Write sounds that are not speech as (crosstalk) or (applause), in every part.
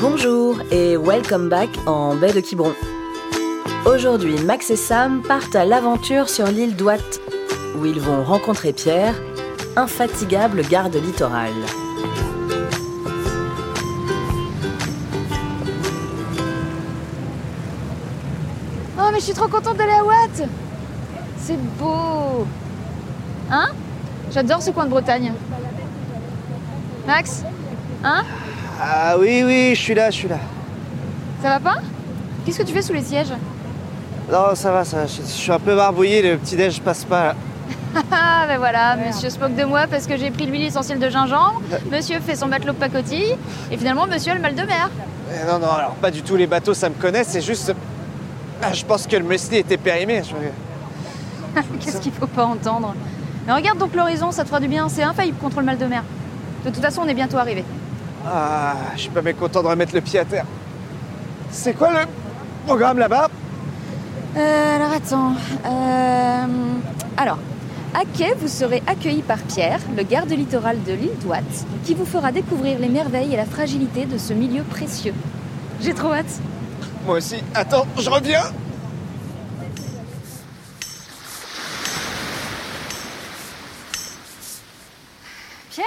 Bonjour et welcome back en baie de Quiberon. Aujourd'hui, Max et Sam partent à l'aventure sur l'île d'Ouate, où ils vont rencontrer Pierre, infatigable garde littoral. Oh, mais je suis trop contente d'aller à Watt C'est beau Hein J'adore ce coin de Bretagne. Max Hein Ah oui, oui, je suis là, je suis là. Ça va pas Qu'est-ce que tu fais sous les sièges (laughs) Non, ça va, ça va. Je, je suis un peu barbouillé, le petit-déj passe pas. là. Ah, ben voilà, monsieur se moque de moi parce que j'ai pris l'huile essentielle de gingembre, monsieur fait son matelot de pacotille, et finalement monsieur a le mal de mer. Eh, Non, non, alors pas du tout, les bateaux, ça me connaît, c'est juste... Ah, je pense que le muesli était périmé. je- Qu'est-ce qu'il faut pas entendre Mais regarde donc l'horizon, ça te fera du bien, c'est infaillible contre le mal de mer. De toute façon, on est bientôt arrivé. Ah, je suis pas mécontent de remettre le pied à terre. C'est quoi le programme là-bas Euh, alors attends. Euh, alors, à quai, vous serez accueillis par Pierre, le garde littoral de l'île d'Ouate, qui vous fera découvrir les merveilles et la fragilité de ce milieu précieux. J'ai trop hâte. Moi aussi. Attends, je reviens. Pierre,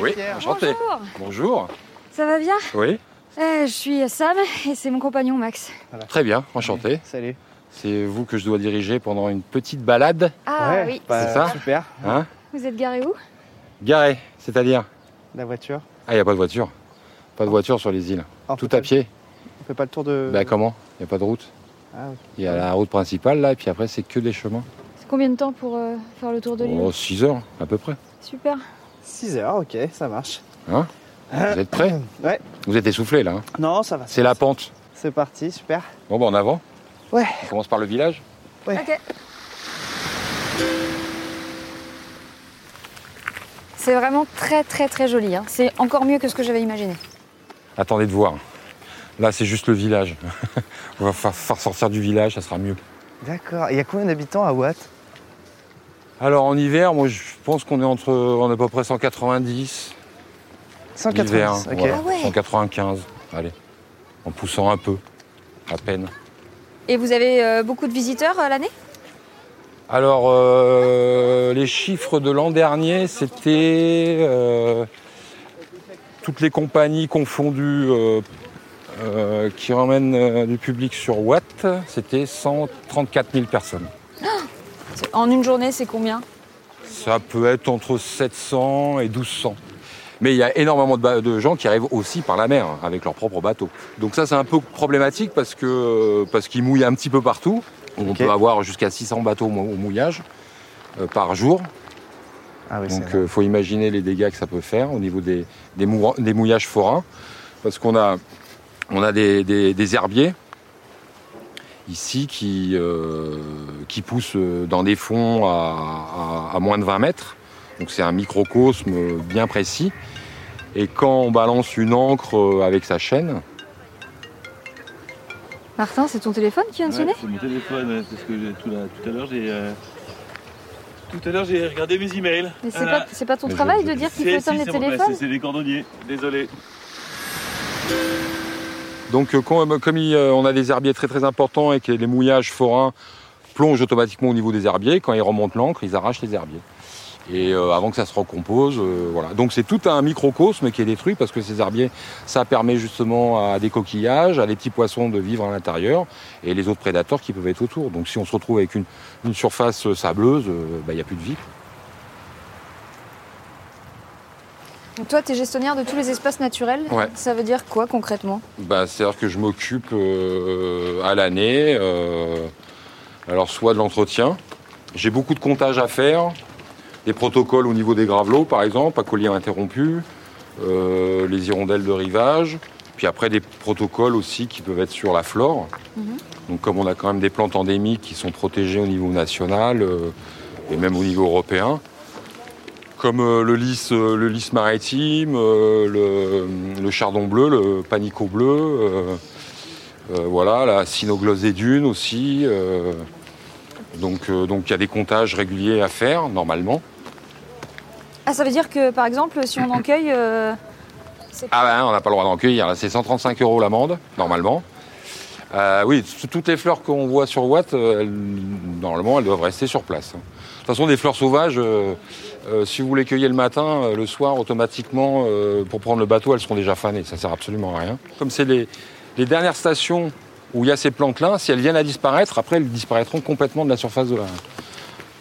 Oui, Pierre. enchanté. bonjour. Bonjour. Ça va bien Oui, Euh, Je suis Sam et c'est mon compagnon Max. très bien, enchanté. Salut. C'est vous que je dois diriger pendant une petite balade, Ah Ouais, oui, bah, C'est ça Super, hein vous êtes garé où Garé, c'est-à-dire la voiture. Ah, il n'y a pas de voiture. Pas de voiture sur les îles. Alors, Tout peut-être- à pied. On Ah, fait pas le tour de... Bah comment Il n'y a pas de route. Ah, ok. Il y a la route principale là, et puis après c'est que des chemins. C'est combien de temps pour euh, faire le tour de l'île Oh, 6 heures à peu près. Super. 6 heures, ok, ça marche. Vous êtes prêts Ouais. Vous êtes essoufflés là. hein Non, ça va. c'est la pente. C'est parti, super. Bon bah en avant. Ouais. On commence par le village. Ouais. Ok. C'est vraiment très très très joli. hein. C'est encore mieux que ce que j'avais imaginé. Attendez de voir. Là c'est juste le village. (laughs) On va fa- faire sortir du village, ça sera mieux. D'accord. Il y a combien d'habitants à Watt Alors en hiver, moi je pense qu'on est entre on est à peu près 190, l'hiver, 190. ok. hein, voilà, Ah ouais. 195, allez, en poussant un peu, à peine. Et vous avez euh, beaucoup de visiteurs euh, l'année Alors euh, les chiffres de l'an dernier, c'était euh, toutes les compagnies confondues euh, euh, qui emmènent euh, du public sur Watt, c'était 134 000 personnes. En une journée, c'est combien Ça peut être entre 700 et 1200. Mais il y a énormément de, ba- de gens qui arrivent aussi par la mer hein, avec leur propre bateau. Donc ça c'est un peu problématique parce que parce qu'ils mouillent un petit peu partout. On Ok. peut avoir jusqu'à 600 bateaux au mou- au mouillage euh, par jour. Ah oui, Donc euh, c'est il faut imaginer les dégâts que ça peut faire au niveau des, des, moura- des mouillages forains. Parce qu'on a, on a des, des- des herbiers ici qui, euh, qui poussent euh, dans des fonds à, à- à moins de 20 mètres. Donc c'est un microcosme euh, bien précis. Et quand on balance une ancre euh, avec sa chaîne, Martin, c'est ton téléphone qui vient de Ouais, sonner C'est mon téléphone, ouais, parce que j'ai- tout, la- tout à l'heure j'ai. euh, Tout à l'heure j'ai regardé mes emails. Mais c'est Voilà. pas, c'est pas ton Mais je- travail je- de dire qu'il C'est- faut si, éteindre les c'est mon- bah, téléphones c'est- C'est les cordonniers, désolé. Donc euh, comme, comme il, euh, on a des herbiers très très importants et que les mouillages forains plongent automatiquement au niveau des herbiers, quand ils remontent l'ancre, ils arrachent les herbiers. Et euh, avant que ça se recompose, euh, voilà. Donc c'est tout un microcosme qui est détruit parce que ces herbiers, ça permet justement à des coquillages, à des petits poissons de vivre à l'intérieur et les autres prédateurs qui peuvent être autour. Donc si on se retrouve avec une, une surface euh, sableuse, euh, bah, il n'y a plus de vie. Donc toi, t'es gestionnaire de tous les espaces naturels. Ouais. Ça veut dire quoi concrètement Bah, C'est-à-dire que je m'occupe euh, à l'année, euh, alors soit de l'entretien, j'ai beaucoup de comptages à faire, des protocoles au niveau des gravelots par exemple, à collier interrompu, euh, les hirondelles de rivage, puis après des protocoles aussi qui peuvent être sur la flore. Mhm. Donc comme on a quand même des plantes endémiques qui sont protégées au niveau national euh, et même au niveau européen, comme euh, le lys, euh, le lys maritime, euh, le, le chardon bleu, le panico bleu, euh, euh, voilà, la cynoglosse des dunes aussi. euh, donc euh, donc il y a des comptages réguliers à faire normalement. (coughs) Ah, ça veut dire que par exemple, si on en cueille euh, C'est Ah ben, on n'a pas le droit d'en cueillir. là. C'est 135 euros l'amende, normalement. Euh, oui, t- toutes les fleurs qu'on voit sur Watt, euh, elles- normalement, elles doivent rester sur place. hein. De toute façon, des fleurs sauvages, euh, euh, si vous les cueillez le matin, euh, le soir, automatiquement, euh, pour prendre le bateau, elles seront déjà fanées. Ça sert absolument à rien. Comme c'est les, les dernières stations où il y a ces plantes-là, si elles viennent à disparaître, après, elles disparaîtront complètement de la surface de la,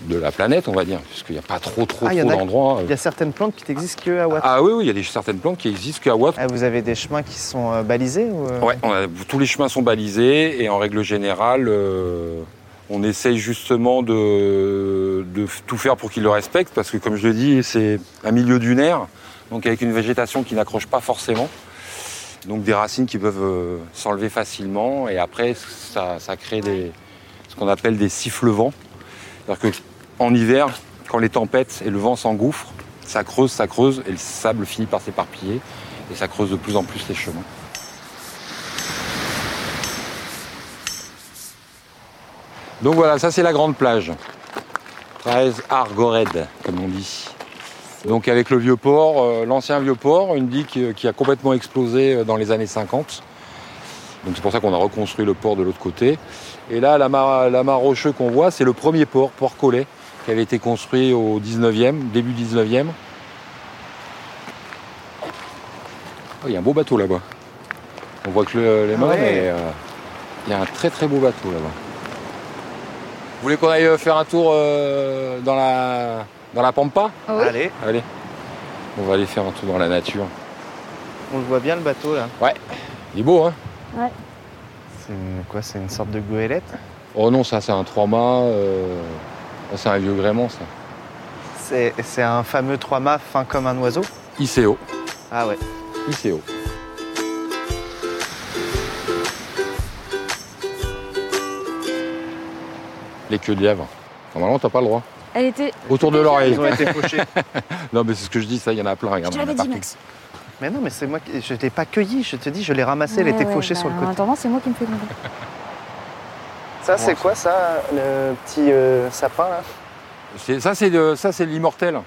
de la planète, on va dire, puisqu'il n'y a pas trop, trop, Ah, il y trop en a- d'endroits. euh, Il y a certaines plantes qui n'existent que à Watt. Ah oui, oui, il y a des, certaines plantes qui existent qu'à Watt. Ah, vous avez des chemins qui sont euh, balisés ou, euh, Ouais, on a- tous les chemins sont balisés et en règle générale, euh, on essaye justement de, de f- tout faire pour qu'ils le respectent parce que, comme je le dis, c'est un milieu dunaire, donc avec une végétation qui n'accroche pas forcément. Donc des racines qui peuvent euh, s'enlever facilement et après, ça, ça crée des, ce qu'on appelle des sifflevents. C'est-à-dire qu'en hiver, quand les tempêtes et le vent s'engouffrent, ça creuse, ça creuse et le sable finit par s'éparpiller et ça creuse de plus en plus les chemins. Donc voilà, ça c'est la grande plage. 13 Argored, comme on dit. Donc avec le vieux port, euh, l'ancien vieux port, une digue qui, qui a complètement explosé euh, dans les années 50. Donc c'est pour ça qu'on a reconstruit le port de l'autre côté. Et là, la mare, la mare rocheux qu'on voit, c'est le premier port, Port Collet, qui avait été construit au 19e, début 19e. Oh, il y a un beau bateau là-bas. On voit que le- les mains, Ouais. mais euh, il y a un très très beau bateau là-bas. Vous voulez qu'on aille euh, faire un tour euh, dans, la, dans la Pampa Ah oui Allez, Allez, on va aller faire un tour dans la nature. on le voit bien le bateau là. Il est beau, hein C'est une- quoi C'est une sorte de goélette Oh non, ça c'est un 3 mâts, euh, ça, c'est un vieux gréement ça. C'est c'est un fameux trois-mâts fin comme un oiseau ICO, Ah ouais. ICO. Les queues de lièvre. Normalement, t'as pas le droit. Elle était. Autour de l'oreille. Ils ont été pochés. Non, mais c'est ce que je dis, ça, il y en a plein. Je Regarde, te il y en a l'avais dit, partout. Max. (laughs) Mais non, mais c'est moi qui. Je l'ai pas cueilli, je te dis, je l'ai ramassé, elle Ouais, était ouais, fauchée bah, sur le En côté. attendant, c'est moi qui me fais demander. Ça, c'est quoi ça Le petit euh, sapin là C'est- ça, c'est le- ça, c'est l'immortel.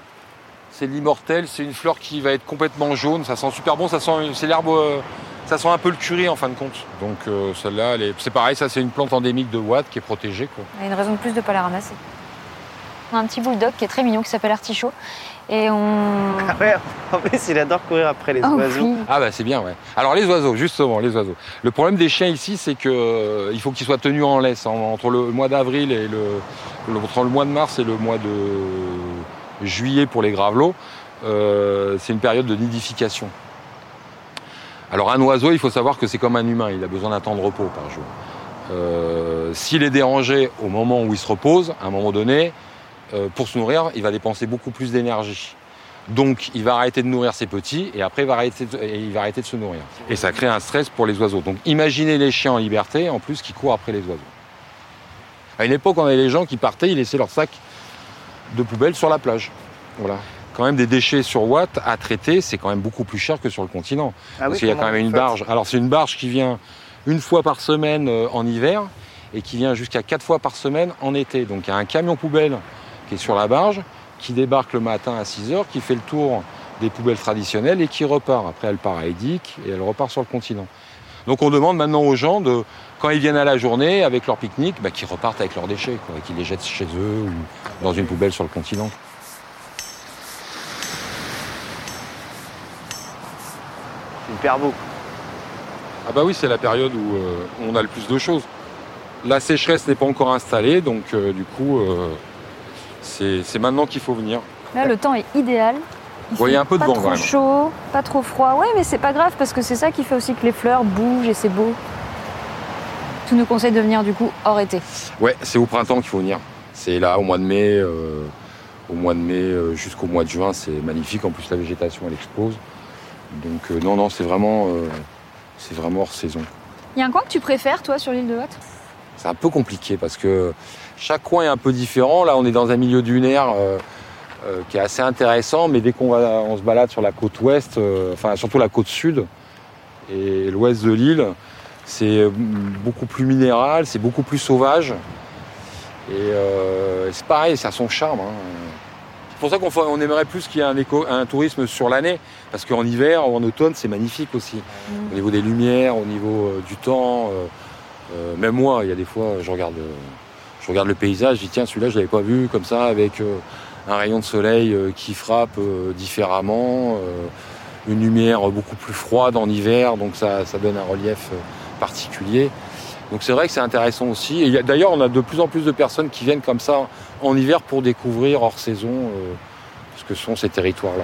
C'est l'immortel, c'est une fleur qui va être complètement jaune, ça sent super bon, ça sent, c'est l'herbe, euh, ça sent un peu le curry en fin de compte. Donc euh, celle-là, elle est- c'est pareil, ça c'est une plante endémique de Watt qui est protégée. Quoi. On a une raison de plus de ne pas la ramasser. On a un petit bulldog qui est très mignon qui s'appelle Artichaut. Et on. Ouais, en plus, il adore courir après Ah, les Oh, oiseaux. oui. Ah bah c'est bien, ouais. Alors les oiseaux, justement, les oiseaux. Le problème des chiens ici, c'est que euh, il faut qu'ils soient tenus en laisse hein, entre le mois d'avril et le, le- entre le mois de mars et le mois de juillet pour les gravelots. euh, c'est une période de nidification. Alors un oiseau, il faut savoir que c'est comme un humain, il a besoin d'un temps de repos par jour. Euh, S'il est dérangé au moment où il se repose, à un moment donné, euh, pour se nourrir, il va dépenser beaucoup plus d'énergie. Donc il va arrêter de nourrir ses petits et après il va arrêter de, et il va arrêter de se nourrir. Et ça crée un stress pour les oiseaux. Donc imaginez les chiens en liberté en plus qui courent après les oiseaux. À une époque, on avait les gens qui partaient, ils laissaient leurs sacs de poubelle sur la plage. Voilà. Quand même des déchets sur Watt à traiter, c'est quand même beaucoup plus cher que sur le continent. Ah Parce qu'il y a comment quand même vous une faites barge. Alors c'est une barge qui vient une fois par semaine euh, en hiver et qui vient jusqu'à quatre fois par semaine en été. Donc il y a un camion poubelle qui est sur la barge, qui débarque le matin à 6h, qui fait le tour des poubelles traditionnelles et qui repart. Après elle part à Edic et elle repart sur le continent. Donc on demande maintenant aux gens de, quand ils viennent à la journée avec leur pique-nique, bah, qu'ils repartent avec leurs déchets, quoi, et qu'ils les jettent chez eux ou dans une poubelle sur le continent. C'est Hyper beau. Ah bah oui, c'est la période où euh, on a le plus de choses. La sécheresse n'est pas encore installée, donc euh, du coup, euh, c'est c'est maintenant qu'il faut venir. Là, le temps est idéal. Il Ouais, il y a fait un peu de pas vent, quand trop même. chaud, pas trop froid. Ouais, mais c'est pas grave parce que c'est ça qui fait aussi que les fleurs bougent et c'est beau. Tout nous conseille de venir du coup hors été. Ouais, c'est au printemps qu'il faut venir. C'est là, au mois de mai, euh, au mois de mai euh, jusqu'au mois de juin, c'est magnifique. En plus, la végétation, elle explose. Donc euh, non, non, c'est vraiment, euh, c'est vraiment hors saison. Il y a un coin que tu préfères, toi, sur l'île de Watt C'est un peu compliqué parce que chaque coin est un peu différent. Là, on est dans un milieu dunaire euh, euh, qui est assez intéressant, mais dès qu'on va, on se balade sur la côte ouest, euh, enfin surtout la côte sud et l'ouest de l'île, c'est euh, beaucoup plus minéral, c'est beaucoup plus sauvage. Et euh, c'est pareil, ça a son charme. hein. C'est pour ça qu'on fa- on aimerait plus qu'il y ait un, éco- un tourisme sur l'année, parce qu'en hiver ou en automne, c'est magnifique aussi. Mm. Au niveau des lumières, au niveau euh, du temps. euh, euh, même moi, il y a des fois, je regarde, euh, je regarde le paysage, je dis tiens, celui-là, je l'avais pas vu comme ça, avec euh, un rayon de soleil euh, qui frappe euh, différemment, euh, une lumière beaucoup plus froide en hiver, donc ça, ça donne un relief euh, particulier. Donc c'est vrai que c'est intéressant aussi. Et il y a- d'ailleurs, on a de plus en plus de personnes qui viennent comme ça en hiver pour découvrir hors saison euh, ce que sont ces territoires-là.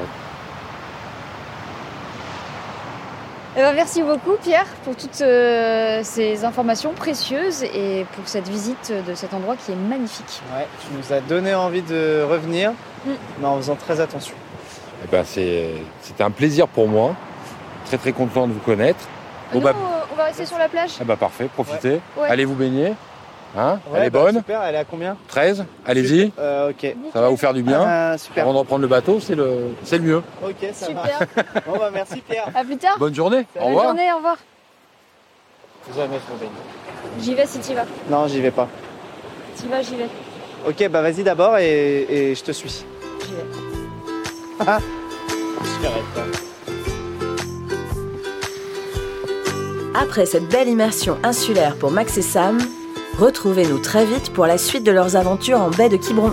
Eh ben, merci beaucoup Pierre pour toutes euh, ces informations précieuses et pour cette visite de cet endroit qui est magnifique. Ouais, tu nous as donné envie de revenir, Mm. mais en faisant très attention. Eh ben, c'est- C'était un plaisir pour moi. Très très content de vous connaître. Bon, Nous, bah- euh, on va rester sur la plage. Eh ben, parfait, profitez. Ouais. Allez vous baigner. Hein Ouais, Elle est bah, bonne. Super, elle est à combien 13. Allez-y. Euh, ok. Ça va vous faire du bien. Ah, super. Avant de reprendre le bateau, c'est le, c'est le mieux. Ok, ça Super. va. Bon, bah, merci Pierre. À plus tard. Bonne journée. Au Bonne revoir. journée, au revoir. Jamais je me baigne. J'y vais si t'y vas. Non, j'y vais pas. T'y vas, j'y vais. Ok, bah vas-y d'abord et, et je te suis. J'y vais. (laughs) Super, Après cette belle immersion insulaire pour Max et Sam, retrouvez-nous très vite pour la suite de leurs aventures en baie de Quiberon.